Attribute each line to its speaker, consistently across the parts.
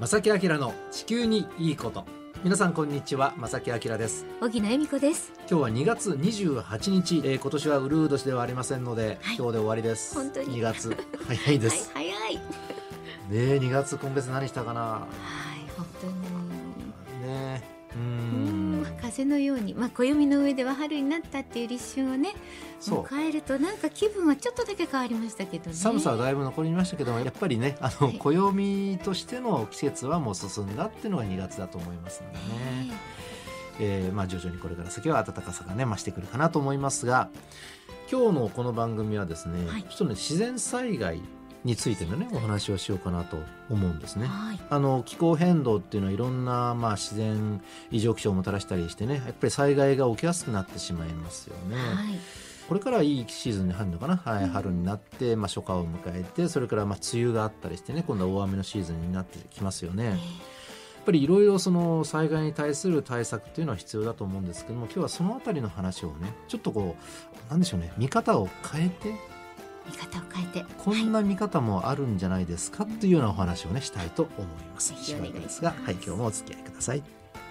Speaker 1: 正木明の地球にいいこと皆さんこんにちは正木明です
Speaker 2: 荻野恵美子です
Speaker 1: 今日は2月28日、えー今年はウルー年ではありませんので、
Speaker 2: はい
Speaker 1: 今日で終わりです
Speaker 2: 本当に
Speaker 1: 2月 早いです、
Speaker 2: はい早いはい
Speaker 1: ねえ2月今月何したかな
Speaker 2: 本当に
Speaker 1: ねえうー
Speaker 2: うんん風のようにまあ暦の上では春になったっていう立春をね
Speaker 1: そう
Speaker 2: 迎えるとなんか気分はちょっとだけ変わりましたけどね
Speaker 1: 寒さはだいぶ残りましたけどもやっぱりねあの、
Speaker 2: はい
Speaker 1: 暦としての季節はもう進んだっていうのが2月だと思いますのでね、
Speaker 2: ね
Speaker 1: えーまあ、徐々にこれから先は暖かさがね増してくるかなと思いますが今日のこの番組はですね、
Speaker 2: はい
Speaker 1: ちょっとね自然災害についてのねお話をしようかなと思うんですね。
Speaker 2: はい
Speaker 1: あの気候変動っていうのはいろんな、まあ、自然異常気象をもたらしたりしてねやっぱり災害が起きやすくなってしまいますよね。
Speaker 2: はい
Speaker 1: これからいいシーズンに入るのかな、はい
Speaker 2: うん
Speaker 1: 春になって、まあ、初夏を迎えてそれからまあ梅雨があったりしてね今度は大雨のシーズンになってきますよね。やっぱりいろいろその災害に対する対策っていうのは必要だと思うんですけども今日はそのあたりの話をねちょっとこうなんでしょうね見方を変えて
Speaker 2: 見方を変えて
Speaker 1: こん
Speaker 2: は
Speaker 1: な見方もあるんじゃないですかっていうようなお話をねしたいと思います。
Speaker 2: ぜひ
Speaker 1: し
Speaker 2: お
Speaker 1: ば
Speaker 2: 願い
Speaker 1: ら
Speaker 2: し
Speaker 1: く
Speaker 2: ます
Speaker 1: ですが、はい、今日もお付き合いください。
Speaker 2: い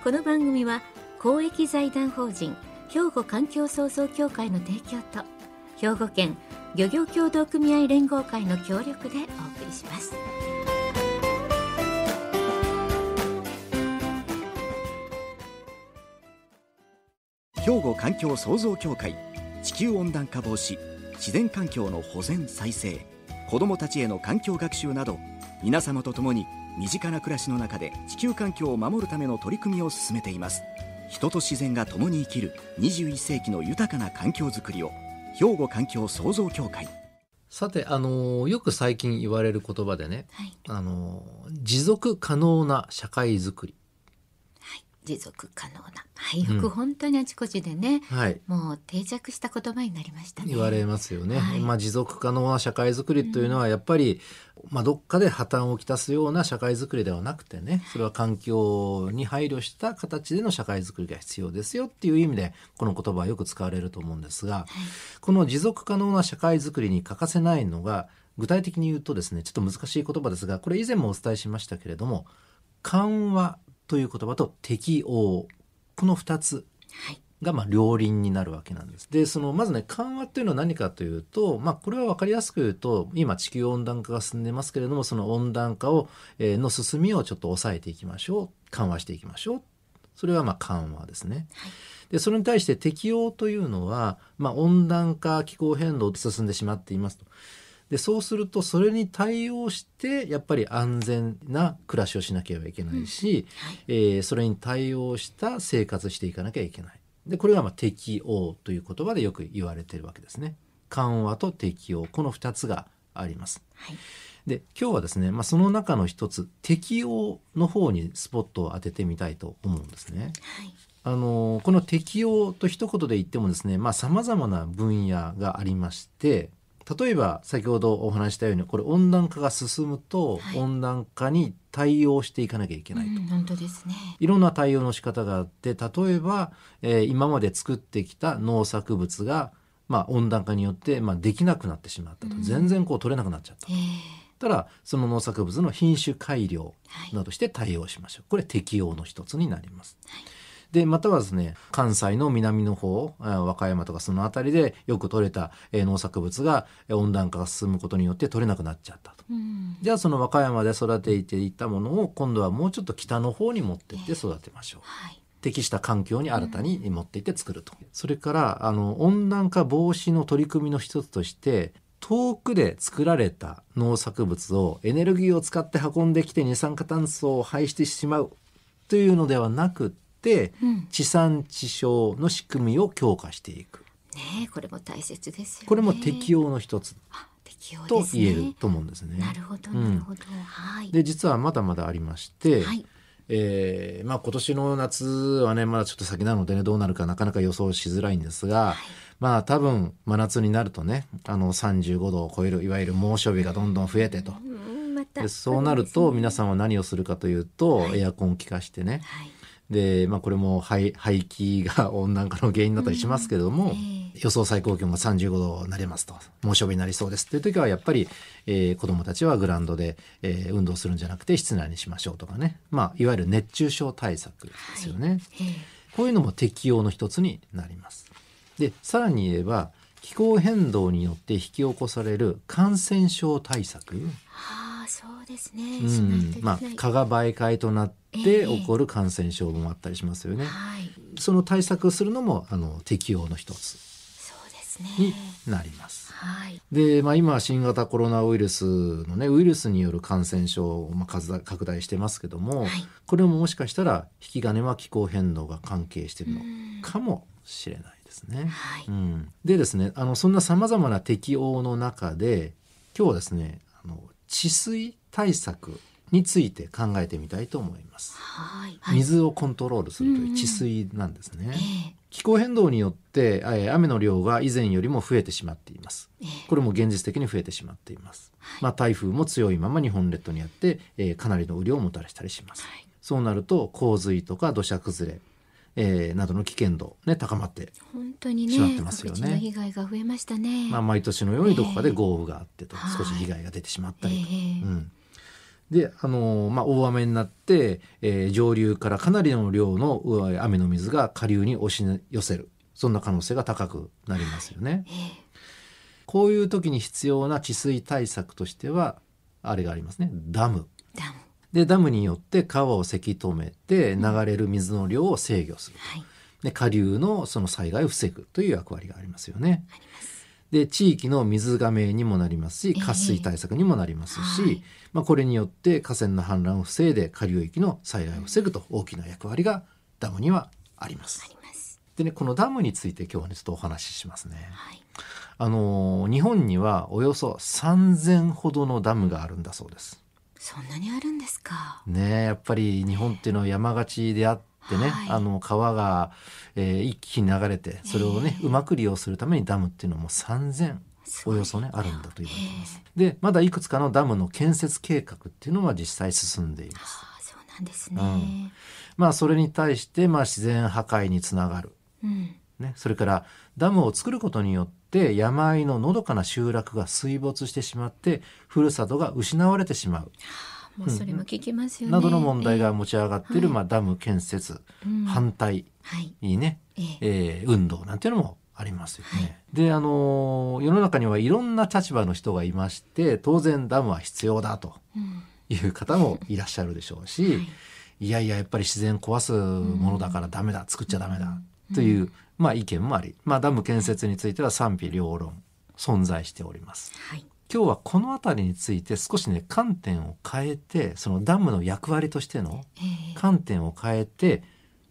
Speaker 2: この番組は公益財団法人兵庫環境創造協会の提供と兵庫県漁業協同組合連合会の協力でお送りします
Speaker 3: 兵庫環境創造協会地球温暖化防止自然環境の保全再生子どもたちへの環境学習など皆様と共に身近な暮らしの中で地球環境を守るための取り組みを進めています人と自然が共に生きる21世紀の豊かな環境づくりを兵庫環境創造協会
Speaker 1: さて、あのよく最近言われる言葉でね、
Speaker 2: はい
Speaker 1: あの持続可能な社会づくり。
Speaker 2: はい、持続可能な。はい、よく本当にあちこちでね、
Speaker 1: はい。
Speaker 2: もう定着した言葉になりましたね。
Speaker 1: 言われますよね、
Speaker 2: はい
Speaker 1: まあ、持続可能な社会づくりというのはやっぱり、まあ、どっかで破綻をきたすような社会づくりではなくてねそれは環境に配慮した形での社会づくりが必要ですよっていう意味でこの言葉はよく使われると思うんですが、この持続可能な社会づくりに欠かせないのが具体的に言うとですねちょっと難しい言葉ですがこれ以前もお伝えしましたけれども緩和という言葉と適応この2つ
Speaker 2: はい、
Speaker 1: がまあ両輪になるわけなんです。でそのまずね緩和っていうのは何かというと、まあ、これは分かりやすく言うと今地球温暖化が進んでますけれどもその温暖化を、えーの進みをちょっと抑えていきましょう緩和していきましょうそれはまあ緩和ですね。
Speaker 2: はい
Speaker 1: でそれに対して適応というのは、まあ、温暖化気候変動で進んでしまっていますと。でそうするとそれに対応してやっぱり安全な暮らしをしなければいけないし、
Speaker 2: はい、
Speaker 1: えーそれに対応した生活していかなきゃいけない。でこれがまあ適応という言葉でよく言われてるわけですね。緩和と適応この2つがあります。
Speaker 2: はい、
Speaker 1: で今日はですね、まあ、その中の一つ適応の方にスポットを当ててみたいと思うんですね。
Speaker 2: はい、
Speaker 1: あのこの適応と一言で言ってもですねさまざ、まな分野がありまして例えば先ほどお話ししたようにこれ温暖化が進むと、
Speaker 2: はい
Speaker 1: 温暖化に対応していかなきゃいけないと。
Speaker 2: うん本当ですね。
Speaker 1: いろんな対応の仕方があって例えば、えー今まで作ってきた農作物が、まあ、温暖化によって、まあ、できなくなってしまったと、
Speaker 2: うん
Speaker 1: 全然こう取れなくなっちゃった
Speaker 2: ええ
Speaker 1: たらその農作物の品種改良
Speaker 2: はい、
Speaker 1: などして対応しましょうこれ適用の一つになります。
Speaker 2: はい
Speaker 1: でまたはですね関西の南の方あー和歌山とかその辺りでよく取れたえー農作物がえー温暖化が進むことによって取れなくなっちゃったと。
Speaker 2: うん、
Speaker 1: じゃあその和歌山で育てていたものを今度はもうちょっと北の方に持ってって育てましょう。
Speaker 2: はい、
Speaker 1: 適した環境に新たに持っていって作ると。それからあの温暖化防止の取り組みの一つとして遠くで作られた農作物をエネルギーを使って運んできて二酸化炭素を排してしまうというのではなくって
Speaker 2: うん、
Speaker 1: 地産地消の仕組みを強化していく。
Speaker 2: ねえ、これも大切ですよ、ね。
Speaker 1: これも適
Speaker 2: 応、
Speaker 1: 応の一つ
Speaker 2: 適応
Speaker 1: と
Speaker 2: です
Speaker 1: 言える
Speaker 2: ね。
Speaker 1: と思うんですね。
Speaker 2: なるほど、
Speaker 1: うん
Speaker 2: なるほど、はい、
Speaker 1: で実はまだまだありまして、
Speaker 2: はい、
Speaker 1: えーまあ、今年の夏はねまだちょっと先なのでねどうなるかなかなか予想しづらいんですが、まあ多分真夏になるとねあの35度を超えるいわゆる猛暑日がどんどん増えてと、
Speaker 2: うん、また
Speaker 1: でそうなると皆
Speaker 2: さ
Speaker 1: さんは何をするかというと、
Speaker 2: はい
Speaker 1: エアコンを効かしてね
Speaker 2: ん、はい、
Speaker 1: で、まあ、これも廃廃棄が温暖化の原因になったりしますけれども、
Speaker 2: ええ
Speaker 1: 予想最高気温が35度になりますと猛暑日になりそうですっていう時はやっぱり、えー子どもたちはグラウンドで、えー運動するんじゃなくて室内にしましょうとかね、まあ、いわゆる熱中症対策ですよね。
Speaker 2: ええ
Speaker 1: こういうのも適用の一つになります。で、さらに言えば、気候変動によって引き起こされる感染症対策。
Speaker 2: はあそうですね、
Speaker 1: う
Speaker 2: しないと
Speaker 1: ん
Speaker 2: いけない
Speaker 1: まあ、蚊が媒介となっ
Speaker 2: ええ
Speaker 1: て起こる感染症もあったりしますよね。
Speaker 2: はい
Speaker 1: その対策するのも、あの、適用の一つ
Speaker 2: そうですね
Speaker 1: になります。
Speaker 2: はい
Speaker 1: で、まあ、今、新型コロナウイルスのね、ウイルスによる感染症、まあ、数だ拡大してますけども、
Speaker 2: はい
Speaker 1: これももしかしたら、引き金は気候変動が関係してるの
Speaker 2: うん
Speaker 1: かもしれないですね。
Speaker 2: はい
Speaker 1: うん、でですねあのそんなさまざまな適応の中で今日はですねあの治水対策について考えてみたいと思います。
Speaker 2: はい
Speaker 1: 水をコントロールすると
Speaker 2: うんう
Speaker 1: い
Speaker 2: ん
Speaker 1: う治水なんですね、
Speaker 2: え
Speaker 1: 気候変動によってえー雨の量が以前よりも増えてしまっています
Speaker 2: ええ
Speaker 1: これも現実的に増えてしまっています、まあ、台風も強いまま日本列島にあって、えーかなりの雨量をもたらしたりします、
Speaker 2: はい
Speaker 1: そうなると洪水とか土砂崩れ、えーなどの危険度ね高まって
Speaker 2: 本当にね
Speaker 1: しまってますよね
Speaker 2: 各地の被害が増えましたね、
Speaker 1: まあ、毎年のようにどこかで豪雨があってと、
Speaker 2: ええ
Speaker 1: 少し被害が出てしまった
Speaker 2: え
Speaker 1: りと、う
Speaker 2: え
Speaker 1: ん、で、あのーまあ、大雨になって、えー上流からかなりの量のうわ雨の水が下流に押し寄せるそんな可能性が高くなりますよね。
Speaker 2: ええ
Speaker 1: こういう時に必要な治水対策としてはあれがありますねダム。
Speaker 2: ダム
Speaker 1: でダムによって川をせき止めて流れる水の量を制御する。
Speaker 2: はい
Speaker 1: で下流のその災害を防ぐという役割がありますよね。
Speaker 2: あります
Speaker 1: で地域の水がめにもなりますし
Speaker 2: ええ
Speaker 1: 渇水対策にもなりますし、
Speaker 2: はい
Speaker 1: まあ、これによって河川の氾濫を防いで下流域の災害を防ぐと大きな役割がダムにはありま
Speaker 2: あ
Speaker 1: す。
Speaker 2: ります
Speaker 1: でねこのダムについて今日はねちょっとお話ししますね。
Speaker 2: はい
Speaker 1: あのー日本にはおよそ3,000ほどのダムがあるんだそうです。
Speaker 2: そんなにあるんですか
Speaker 1: ねえやっぱり日本っていうのは山がちであってね、
Speaker 2: はい
Speaker 1: あの川が、えー一気に流れてそれをね、
Speaker 2: ええ
Speaker 1: うまく利用するためにダムっていうのはもう3,000
Speaker 2: すご
Speaker 1: お
Speaker 2: い
Speaker 1: よそねあるんだと言われてます。でまだいくつかのダムの建設計画っていうのは実際進んでいます。
Speaker 2: ああそうなんですね、
Speaker 1: まあそれに対してまあ自然破壊につながる、
Speaker 2: うん
Speaker 1: ね、それからダムを作ることによって山あいののどかな集落が水没してしまってふるさとが失われてしまう
Speaker 2: もうそれも聞きますよね。
Speaker 1: などの問題が持ち上がっている、
Speaker 2: はい
Speaker 1: まあ、ダム建設
Speaker 2: ええ、うん
Speaker 1: 反対
Speaker 2: はい、
Speaker 1: にね、
Speaker 2: ええ
Speaker 1: えー運動なんていうのもありますよね。で、あのー世の中にはいろんな立場の人がいまして当然ダムは必要だと
Speaker 2: うん
Speaker 1: いう方もいらっしゃるでしょうし、
Speaker 2: はい
Speaker 1: い、やいややっぱり自然壊すものだからダメだ、作っちゃダメだという、まあ、意見もあり、まあ、ダム建設については賛否両論存在しております。
Speaker 2: はい、
Speaker 1: 今日はこの辺りについて少しね観点を変えてそのダムの役割としての
Speaker 2: ええ
Speaker 1: 観点を変えて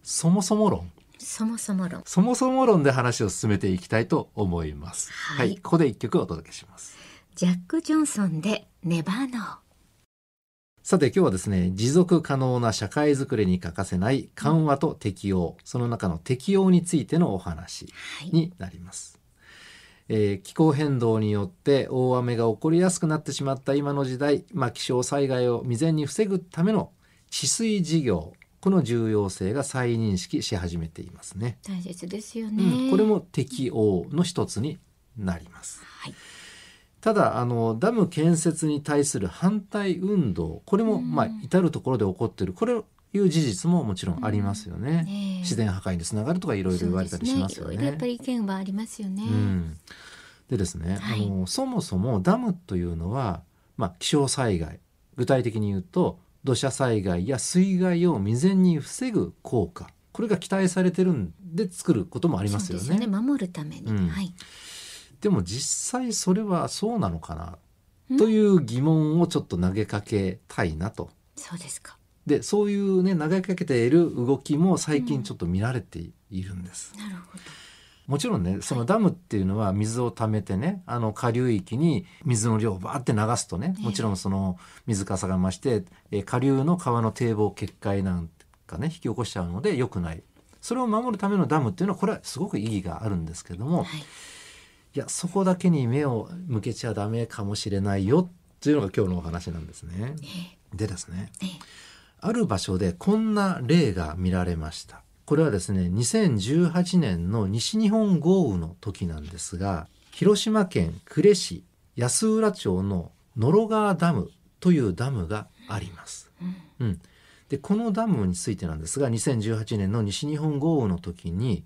Speaker 1: そもそも論
Speaker 2: そもそも論。
Speaker 1: そもそも論で話を進めていきたいと思います。
Speaker 2: は
Speaker 1: はいい、ここで一曲お届けします。
Speaker 2: ジャック・ジョンソンでネバーノー。
Speaker 1: さて今日はですね、持続可能な社会づくりに欠かせない緩和と適用、その中の適用についてのお話
Speaker 2: はい、
Speaker 1: になります。えー気候変動によって大雨が起こりやすくなってしまった今の時代、まあ、気象災害を未然に防ぐための治水事業この重要性が再認識し始めていますね。
Speaker 2: 大切ですよ
Speaker 1: う
Speaker 2: ね。
Speaker 1: ん、これも適応の一つになります。
Speaker 2: はい、
Speaker 1: ただあのダム建設に対する反対運動これも、
Speaker 2: うん
Speaker 1: まあ、至る所で起こっているこれいう事実ももちろんありますよね。
Speaker 2: ねえ
Speaker 1: 自然破壊につながるとかいろいろ言われたりしますよ
Speaker 2: そうで
Speaker 1: ね。
Speaker 2: ねいろいろやっぱり意見はありますよね。
Speaker 1: うん、でですね、
Speaker 2: はい
Speaker 1: あのそもそもダムというのは、まあ、気象災害具体的に言うと土砂災害や水害を未然に防ぐ効果これが期待されてるんで作ることもありますよ
Speaker 2: そうで
Speaker 1: ね。
Speaker 2: す守るために、
Speaker 1: うん
Speaker 2: はい、
Speaker 1: でも実際それはそうなのかな
Speaker 2: うん
Speaker 1: という疑問をちょっと投げかけたいなと。
Speaker 2: そうですか。
Speaker 1: でそういうね投げかけている動きも最近ちょっと見られているんです。
Speaker 2: なるほど。
Speaker 1: もちろんねそのダムっていうのは水を溜めてねあの下流域に水の量をバーって流すとね
Speaker 2: ええ
Speaker 1: もちろんその水かさが増して、えー下流の川の堤防決壊なんかね引き起こしちゃうので良くないそれを守るためのダムっていうのはこれはすごく意義があるんですけども、
Speaker 2: はい、
Speaker 1: いやそこだけに目を向けちゃダメかもしれないよっていうのが今日のお話なんですね。
Speaker 2: え
Speaker 1: でですね
Speaker 2: ええ
Speaker 1: ある場所でこんな例が見られました。これはですね、2018年の西日本豪雨の時なんですが、広島県呉市安浦町の野呂川ダムというダムがあります。うん、でこのダムについてなんですが2018年の西日本豪雨の時に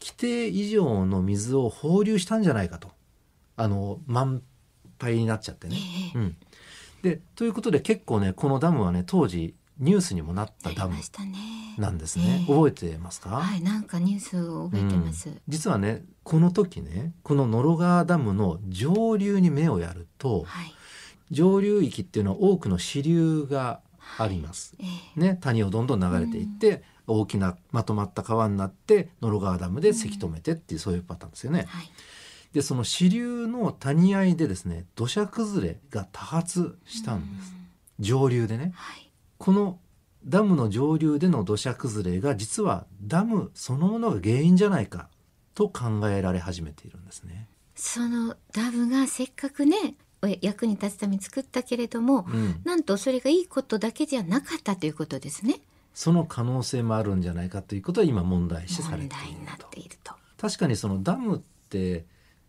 Speaker 1: 規定以上の水を放流したんじゃないかとあの満杯になっちゃってね。うん、でということで結構ねこのダムはね当時ニュースにもなったダ
Speaker 2: あり
Speaker 1: ム
Speaker 2: ましたね。
Speaker 1: なんですね。
Speaker 2: ええ
Speaker 1: 覚えてますか、
Speaker 2: はい、なんかニュースを覚えてます。
Speaker 1: うん実はねこの時ねこのノロ川ダムの上流に目をやると
Speaker 2: はい、
Speaker 1: 上流域っていうのは多くの支流があります。
Speaker 2: ええ
Speaker 1: ね、谷をどんどん流れていって、大きなまとまった川になって野呂川ダムでせき止めてっていう、そういうパターンですよね。
Speaker 2: はい、
Speaker 1: でその支流の谷合いでですね土砂崩れが多発したんです、上流でね。
Speaker 2: はい、
Speaker 1: このダムの上流での土砂崩れが実はダムそのものが原因じゃないかと考えられ始めているんですね。
Speaker 2: そのダムがせっかくね、お役に立つために作ったけれども、
Speaker 1: うん、
Speaker 2: なんとそれがいいことだけじゃなかったということですね。
Speaker 1: その可能性もあるんじゃないかということは今問題視されている
Speaker 2: 問題になっ
Speaker 1: と。
Speaker 2: ていると。
Speaker 1: 確かにそのダムって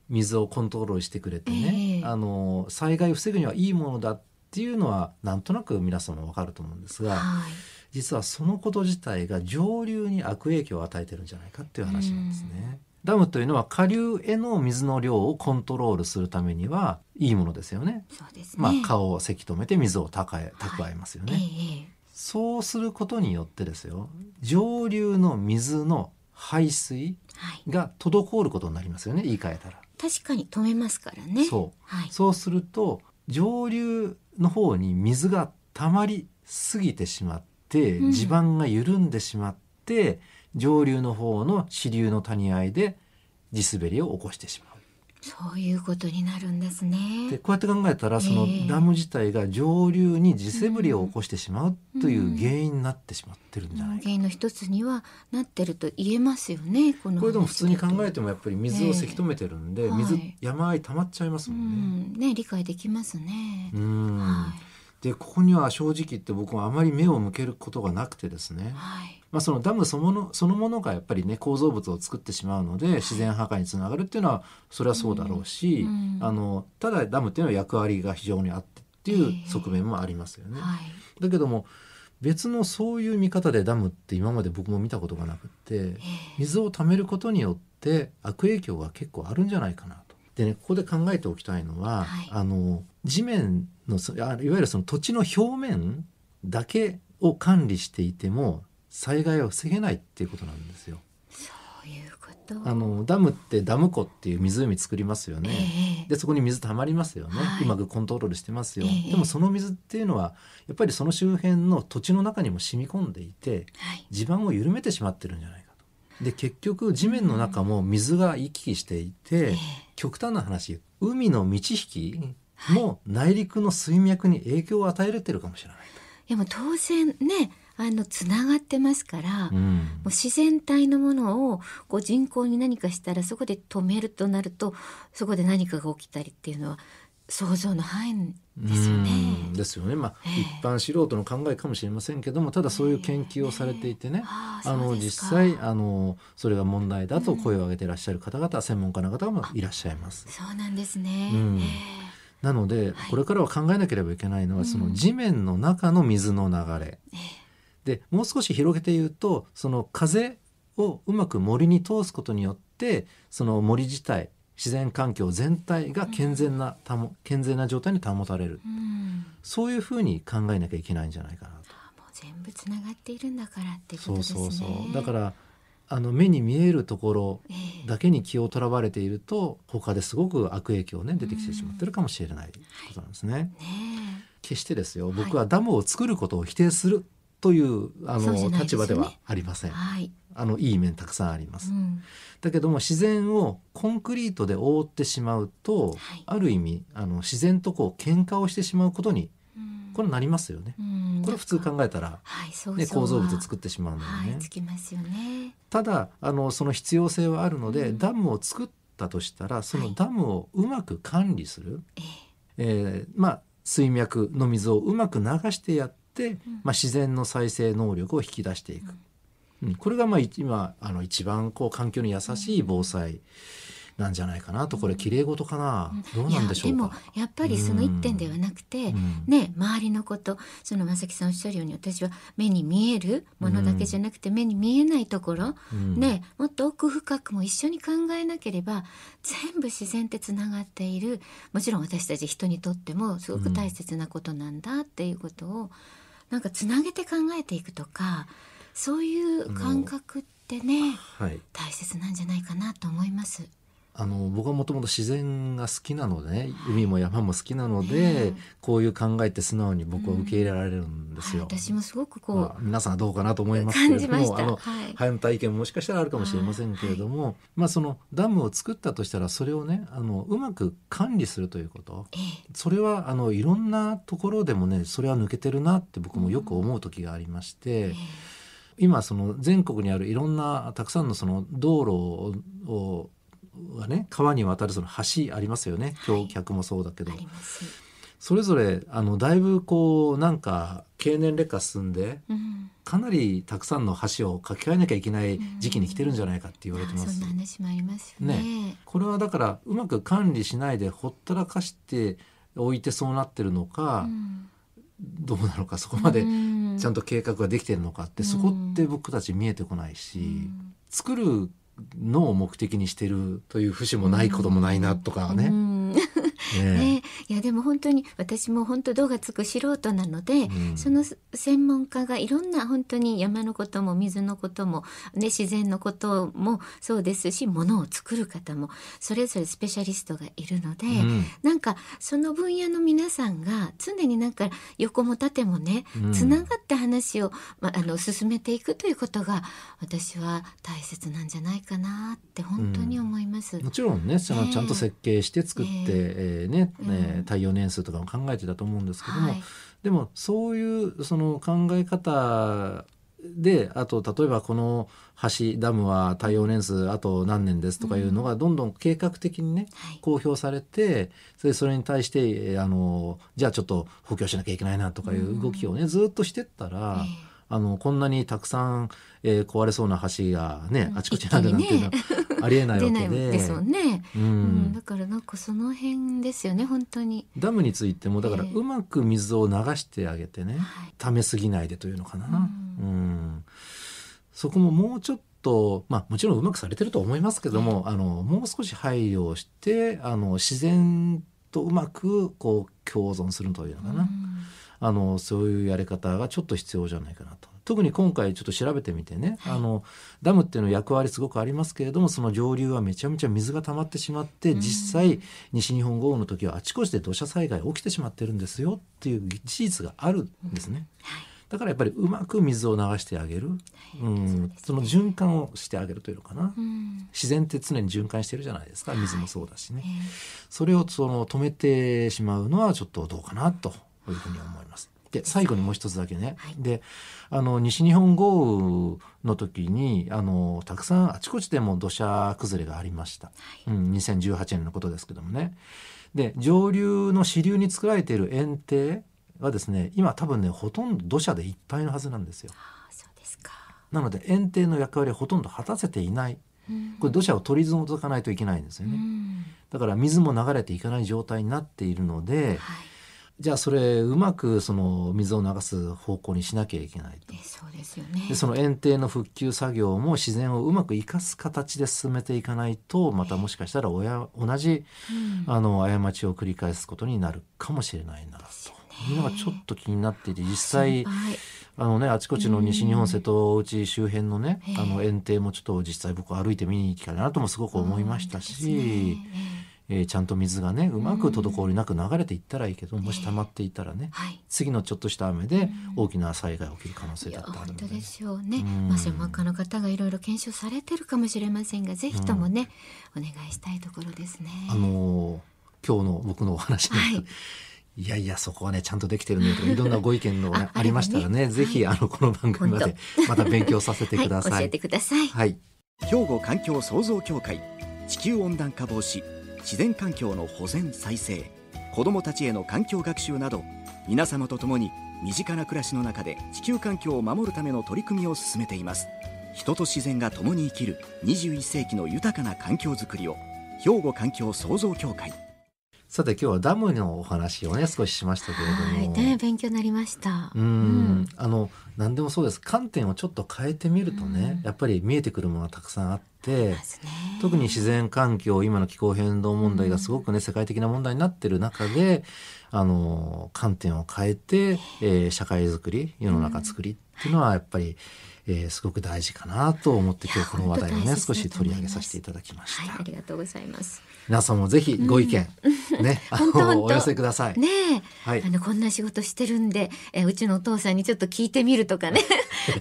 Speaker 1: 水をコントロールしてくれてね、
Speaker 2: ええ
Speaker 1: あの災害を防ぐにはいいものだっていうのはなんとなく皆様わかると思うんですが
Speaker 2: はい。
Speaker 1: 実はそのこと自体が上流に悪影響を与えてるんじゃないかっていう話なんですね。ダムというのは下流への水の量をコントロールするためにはいいものですよね。
Speaker 2: そうですね。
Speaker 1: まあ、川をせき止めて水を蓄え蓄えますよね。
Speaker 2: え
Speaker 1: そうすることによってですよ上流の水の排水
Speaker 2: えはい。
Speaker 1: が滞ることになりますよね言い換えたら、
Speaker 2: 確かに止めますからね。
Speaker 1: そう
Speaker 2: はい。
Speaker 1: そうすると上流の方に水が溜まりすぎてしまって
Speaker 2: うん
Speaker 1: 地盤が緩んでしまって、上流の方の支流の谷合いで地滑りを起こしてしまう
Speaker 2: そういうことになるんですね。
Speaker 1: でこうやって考えたらその
Speaker 2: ええ
Speaker 1: ダム自体が上流に地滑りを起こしてしまうという原因になってしまってるんじゃないか
Speaker 2: 原因の一つにはなってると言えますよね。この話だと
Speaker 1: これでも普通に考えてもやっぱり水をせき止めてるんで、
Speaker 2: ええはい
Speaker 1: 水山あい溜まっちゃいます
Speaker 2: う
Speaker 1: もんね。
Speaker 2: ん、ね、理解できますね。
Speaker 1: うん
Speaker 2: は
Speaker 1: でここには正直言って僕はあまり目を向けることがなくてですね
Speaker 2: い。、はい。
Speaker 1: まあ、そのダムそのものそのものがやっぱりね構造物を作ってしまうので自然破壊につながるっていうのはそれはそうだろうし、
Speaker 2: うんうん
Speaker 1: あのただダムっていうのは役割が非常にあってってい
Speaker 2: え
Speaker 1: う
Speaker 2: え
Speaker 1: 側面もありますよね。
Speaker 2: はい。
Speaker 1: だけども別のそういう見方でダムって今まで僕も見たことがなくって水を溜めることによって悪影響が結構あるんじゃないかなと。でねここで考えておきたいのは、
Speaker 2: はい
Speaker 1: あの地面のそあいわゆるその土地の表面だけを管理していても災害を防げないっていうことなんですよ。
Speaker 2: そういうこと。
Speaker 1: あのダムってダム湖っていう湖作りますよ
Speaker 2: え
Speaker 1: ね。
Speaker 2: え
Speaker 1: でそこに水溜まりますよね、
Speaker 2: はいう
Speaker 1: まくコントロールしてますよ、
Speaker 2: ええ
Speaker 1: でもその水っていうのはやっぱりその周辺の土地の中にも染み込んでいて
Speaker 2: はい。
Speaker 1: 地盤を緩めてしまってるんじゃないかとで結局地面の中も水が行き来していて、極端な話海の満ち引きも内陸の水脈に影響を与えれてるかもしれない
Speaker 2: でも当然ね、あのつながってますから。
Speaker 1: と、
Speaker 2: も
Speaker 1: うん
Speaker 2: う自然体のものをこう人工に何かしたらそこで止めるとなるとそこで何かが起きたりっていうのは想像の範囲ですよね。
Speaker 1: うんですよねまあ、
Speaker 2: ええ
Speaker 1: 一般素人の考えかもしれませんけどもただそういう研究をされていてね、
Speaker 2: ああ
Speaker 1: あの
Speaker 2: そうですか
Speaker 1: 実際あのそれが問題だと声を上げてらっしゃる方々、専門家の方もいらっしゃいます。
Speaker 2: そうなんですね。
Speaker 1: うん
Speaker 2: え
Speaker 1: なので、
Speaker 2: はい
Speaker 1: これからは考えなければいけないのは、
Speaker 2: うん
Speaker 1: その地面の中の水の流れ、でもう少し広げて言うとその風をうまく森に通すことによってその森自体自然環境全体が健全なたも、健全な状態に保たれる
Speaker 2: えうん
Speaker 1: そういうふうに考えなきゃいけないんじゃないかなと。
Speaker 2: あもう全部つながっているんだからっていうこ
Speaker 1: そ
Speaker 2: と
Speaker 1: う
Speaker 2: ですね。
Speaker 1: そうそうだからあの目に見えるところ
Speaker 2: ええ
Speaker 1: だけに気をとらわれていると他ですごく悪影響ね出てきてしまってるかもしれないことなんですね。
Speaker 2: ね
Speaker 1: 決してですよ
Speaker 2: い
Speaker 1: 僕はダムを作ることを否定するというあ
Speaker 2: そうじ
Speaker 1: の
Speaker 2: ゃないで
Speaker 1: 立
Speaker 2: すよね
Speaker 1: 場ではありませ
Speaker 2: え
Speaker 1: ん。
Speaker 2: はい、
Speaker 1: あのいい面たくさんありま
Speaker 2: う
Speaker 1: す。
Speaker 2: ん、
Speaker 1: だけども自然をコンクリートで覆ってしまうと
Speaker 2: はい
Speaker 1: ある意味あの自然とこう喧嘩をしてしまうことに
Speaker 2: うん
Speaker 1: これなりますよね。
Speaker 2: うん
Speaker 1: これ普通考えたら
Speaker 2: はい、想像は
Speaker 1: ね構造物を作ってしまうの
Speaker 2: は
Speaker 1: で
Speaker 2: い、
Speaker 1: ね
Speaker 2: つ。きますよね。
Speaker 1: ただあのその必要性はあるので、ダムを作ったとしたらそ
Speaker 2: はい
Speaker 1: のダムをうまく管理する、
Speaker 2: ええ
Speaker 1: えーまあ水脈の水をうまく流してやってして、まあ、自然の再生能力を引き出していく、うん、これがまあい今あの一番こう環境に優しい防災なんじゃないかなとこれ綺麗事かな、どうなんでしょう
Speaker 2: いや
Speaker 1: か
Speaker 2: でも。やっぱりその一点ではなくて、
Speaker 1: ん
Speaker 2: ね周りのことその正木さんおっしゃるように私は目に見えるものだけじゃなくて、目に見えないところ、
Speaker 1: うん
Speaker 2: ねもっと奥深くも一緒に考えなければ全部自然ってつながっているもちろん私たち人にとってもすごく大切なことなんだっていうことを、なんかつなげて考えていくとかそういう感覚ってね
Speaker 1: はい
Speaker 2: 大切なんじゃないかなと思います。
Speaker 1: あの僕はもともと自然が好きなのでね海も山も好きなのでこういう考えって素直に僕は受け入れられるんですよ。
Speaker 2: 私もすごくこう、
Speaker 1: まあ、皆さんはどうかなと思いますけれど
Speaker 2: 感じまし
Speaker 1: も
Speaker 2: た
Speaker 1: あの、
Speaker 2: はい
Speaker 1: 反対意見もしかしたらあるかもしれませんけれども、まあ、そのダムを作ったとしたらそれをねあのうまく管理するということ
Speaker 2: ええ
Speaker 1: それはあのいろんなところでもねそれは抜けてるなって僕もよく思う時がありまして、今その全国にあるいろんなたくさんのその道路をがね川に渡るその橋ありますよね
Speaker 2: はい
Speaker 1: 橋脚もそうだけど、
Speaker 2: あります。
Speaker 1: それぞれあのだいぶこうなんか経年劣化進んで
Speaker 2: うん。
Speaker 1: かなりたくさんの橋を架け替えなきゃいけない時期に来てるんじゃないかって言われてま
Speaker 2: あそん
Speaker 1: す
Speaker 2: な。話もありますよね。
Speaker 1: これはだからうまく管理しないでほったらかしておいてそうなってるのか、
Speaker 2: うん
Speaker 1: どうなのかそこまで
Speaker 2: うん
Speaker 1: ちゃんと計画ができてるのかって、
Speaker 2: うん
Speaker 1: そこって僕たち見えてこないし、
Speaker 2: うん
Speaker 1: 作るのを目的にしてるという節もないこともないなとかね。
Speaker 2: うん
Speaker 1: ね
Speaker 2: ね、いやでも本当に私も本当動画つく素人なので、
Speaker 1: うん
Speaker 2: その専門家がいろんな本当に山のことも水のことも、ね、自然のこともそうですし物を作る方もそれぞれスペシャリストがいるので、
Speaker 1: うん
Speaker 2: なんかその分野の皆さんが常になんか横も縦もね
Speaker 1: うん
Speaker 2: つながって話を、ま、あの進めていくということが私は大切なんじゃないかなって本当に思います。
Speaker 1: もちろんねその
Speaker 2: ね
Speaker 1: ちゃんと設計して作って、
Speaker 2: ね
Speaker 1: えーね
Speaker 2: うん
Speaker 1: えー耐用年数とかも考えてたと思うんですけども、
Speaker 2: はい
Speaker 1: でもそういうその考え方であと例えばこの橋ダムは耐用年数あと何年ですとかいうのがどんどん計画的にね、
Speaker 2: はい
Speaker 1: 公表されてそれそれに対してえーあのじゃあちょっと補強しなきゃいけないなとかいう動きをね、ずっとしてったら、
Speaker 2: ええ
Speaker 1: あのこんなにたくさん、えー壊れそうな橋がねあちこちにあるなんていうのはありえないわ
Speaker 2: 出
Speaker 1: け
Speaker 2: な
Speaker 1: で
Speaker 2: いですもんね、
Speaker 1: う
Speaker 2: うん
Speaker 1: ん
Speaker 2: だからなんかその辺ですよね本当に。
Speaker 1: ダムについてもだから
Speaker 2: ええ
Speaker 1: うまく水を流してあげてね、
Speaker 2: はい
Speaker 1: 溜めすぎないでというのかな、うんそこももうちょっと、まあ、もちろんうまくされてると思いますけども、あのもう少し配慮をしてあの自然とうまくこう共存するというのかな、
Speaker 2: うん
Speaker 1: あのそういうやり方がちょっと必要じゃないかなと。特に今回ちょっと調べてみてね、あのダムっていうのは役割すごくありますけれどもその上流はめちゃめちゃ水が溜まってしまって、実際西日本豪雨の時はあちこちで土砂災害起きてしまってるんですよっていう事実があるんですね。
Speaker 2: はい
Speaker 1: だからやっぱりうまく水を流してあげる、う
Speaker 2: そうです
Speaker 1: ん
Speaker 2: ね
Speaker 1: その循環をしてあげるというのかな、
Speaker 2: うん
Speaker 1: 自然って常に循環してるじゃないですか水もそうだしね、
Speaker 2: ええ
Speaker 1: それをその止めてしまうのはちょっとどうかなというふうに思います。で最後にもう一つだけね、
Speaker 2: はい
Speaker 1: であの西日本豪雨の時にあのたくさんあちこちでも土砂崩れがありました、うん、2018年のことですけどもねで上流の支流に作られている堰堤はですね今多分ねほとんど土砂でいっぱいのはずなんですよ
Speaker 2: あそうですか。
Speaker 1: なので堰堤の役割をほとんど果たせていない
Speaker 2: うん
Speaker 1: これ土砂を取り除かないといけないんですよ
Speaker 2: う
Speaker 1: ね、
Speaker 2: ん
Speaker 1: だから水も流れていかない状態になっているので
Speaker 2: はい
Speaker 1: じゃあそれうまくその水を流す方向にしなきゃいけないと
Speaker 2: え。そうですよね。
Speaker 1: でその園庭の復旧作業も自然をうまく生かす形で進めていかないとまたもしかしたら親同じ
Speaker 2: うん
Speaker 1: あの過ちを繰り返すことになるかもしれないなというのがちょっと気になっていて実際
Speaker 2: はい
Speaker 1: あのねあちこちの西日本瀬戸内周辺のね
Speaker 2: ええ
Speaker 1: あの園庭もちょっと実際僕歩いて見に行きたいなともすごく思いました
Speaker 2: そうですね
Speaker 1: し。えーちゃんと水がねうまく滞りなく流れていったらいいけど、もし溜まっていたらね、
Speaker 2: はい。
Speaker 1: 次のちょっとした雨で大きな災害が起きる可能性
Speaker 2: い
Speaker 1: だ
Speaker 2: や
Speaker 1: ってある
Speaker 2: 本
Speaker 1: ので
Speaker 2: 当でしょうね。
Speaker 1: うん
Speaker 2: まあ専門家の方がいろいろ検証されてるかもしれませんが、ぜひともね、お願いしたいところですね。
Speaker 1: あのー今日の僕のお話に、
Speaker 2: はい
Speaker 1: い、やいやそこはねちゃんとできてるねとかいろんなご意見のね
Speaker 2: あ
Speaker 1: ありましたらね
Speaker 2: あればね
Speaker 1: ぜひ、
Speaker 2: は
Speaker 1: あのこの番組までまた勉強させてください。
Speaker 2: は、
Speaker 1: はい
Speaker 2: 教え
Speaker 1: い
Speaker 2: てください。
Speaker 3: 兵庫環境創造協会地球温暖化防止自然環境の保全再生子どもたちへの環境学習など皆様と共に身近な暮らしの中で地球環境を守るための取り組みを進めています人と自然が共に生きる21世紀の豊かな環境づくりを兵庫環境創造協会
Speaker 1: さて今日はダムのお話をね少ししましたけ
Speaker 2: は
Speaker 1: れ
Speaker 2: い、
Speaker 1: ども、
Speaker 2: ね、勉強になりました。
Speaker 1: うん、あの何でもそうです観点をちょっと変えてみるとね、
Speaker 2: うん
Speaker 1: やっぱり見えてくるものがたくさんあって
Speaker 2: ですね。
Speaker 1: 特に自然環境今の気候変動問題がすごくね、世界的な問題になってる中であの観点を変えて、えー社会づくり世の中作りっていうのはやっぱり、えーすごく大事かなと思って今日この話題を
Speaker 2: いや
Speaker 1: ね
Speaker 2: 本
Speaker 1: 少
Speaker 2: 当大
Speaker 1: し
Speaker 2: 切だと思
Speaker 1: 取り
Speaker 2: います
Speaker 1: 上げさせていただきました、
Speaker 2: はい、ありがとうございます。
Speaker 1: 皆さんもぜひご意見、ね あ
Speaker 2: 本当本
Speaker 1: の
Speaker 2: 当
Speaker 1: お寄せください、
Speaker 2: ねえ、
Speaker 1: はい
Speaker 2: あのこんな仕事してるんで、えうちのお父さんにちょっと聞いてみる とかね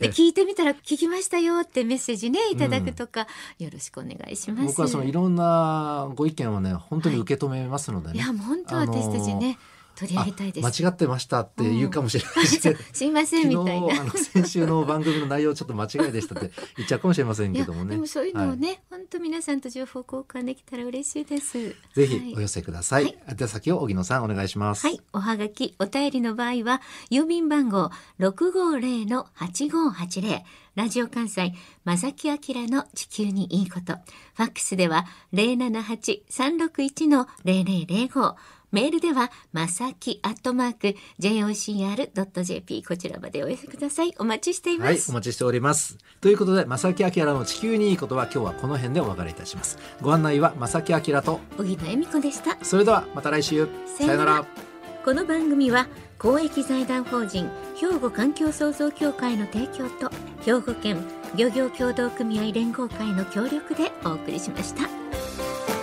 Speaker 2: で聞いてみたら聞きましたよってメッセージねいただくとか、よろしくお願いします。
Speaker 1: 僕はそのい
Speaker 2: い
Speaker 1: ろんなご意見をね本当に受け止めますのでね、
Speaker 2: やもう本当私たちね、取り上げたいで
Speaker 1: あ
Speaker 2: す。
Speaker 1: 間違ってましたって言うかもしれないし、
Speaker 2: すいません
Speaker 1: 昨日
Speaker 2: みたいな。
Speaker 1: あの先週の番組の内容ちょっと間違いでした って言っちゃうかもしれません
Speaker 2: い
Speaker 1: け
Speaker 2: や
Speaker 1: どもね。
Speaker 2: でもそういうのを
Speaker 1: は
Speaker 2: ね、本当皆さんと情報交換できたら嬉しいです。
Speaker 1: ぜ
Speaker 2: はい
Speaker 1: ひお寄せください。宛先を荻野さんお願いします。
Speaker 2: はい、おはがき、お便りの場合は、郵便番号650-8580、ラジオ関西、正木明の地球にいいこと、ファックスでは078-361-0005、メールでは、まさきアットマーク、jocr.jp、こちらまでお寄せください。お待ちしてい
Speaker 1: は
Speaker 2: ま
Speaker 1: い、
Speaker 2: す。
Speaker 1: お待ちしております。ということで、正木明の地球にいいことは今日はこの辺でお別れいたします。ご案内は正木明と、
Speaker 2: 小木野恵美子でした。
Speaker 1: それではまた来週。
Speaker 2: さよなら。この番組は公益財団法人兵庫環境創造協会の提供と兵庫県漁業協同組合連合会の協力でお送りしました。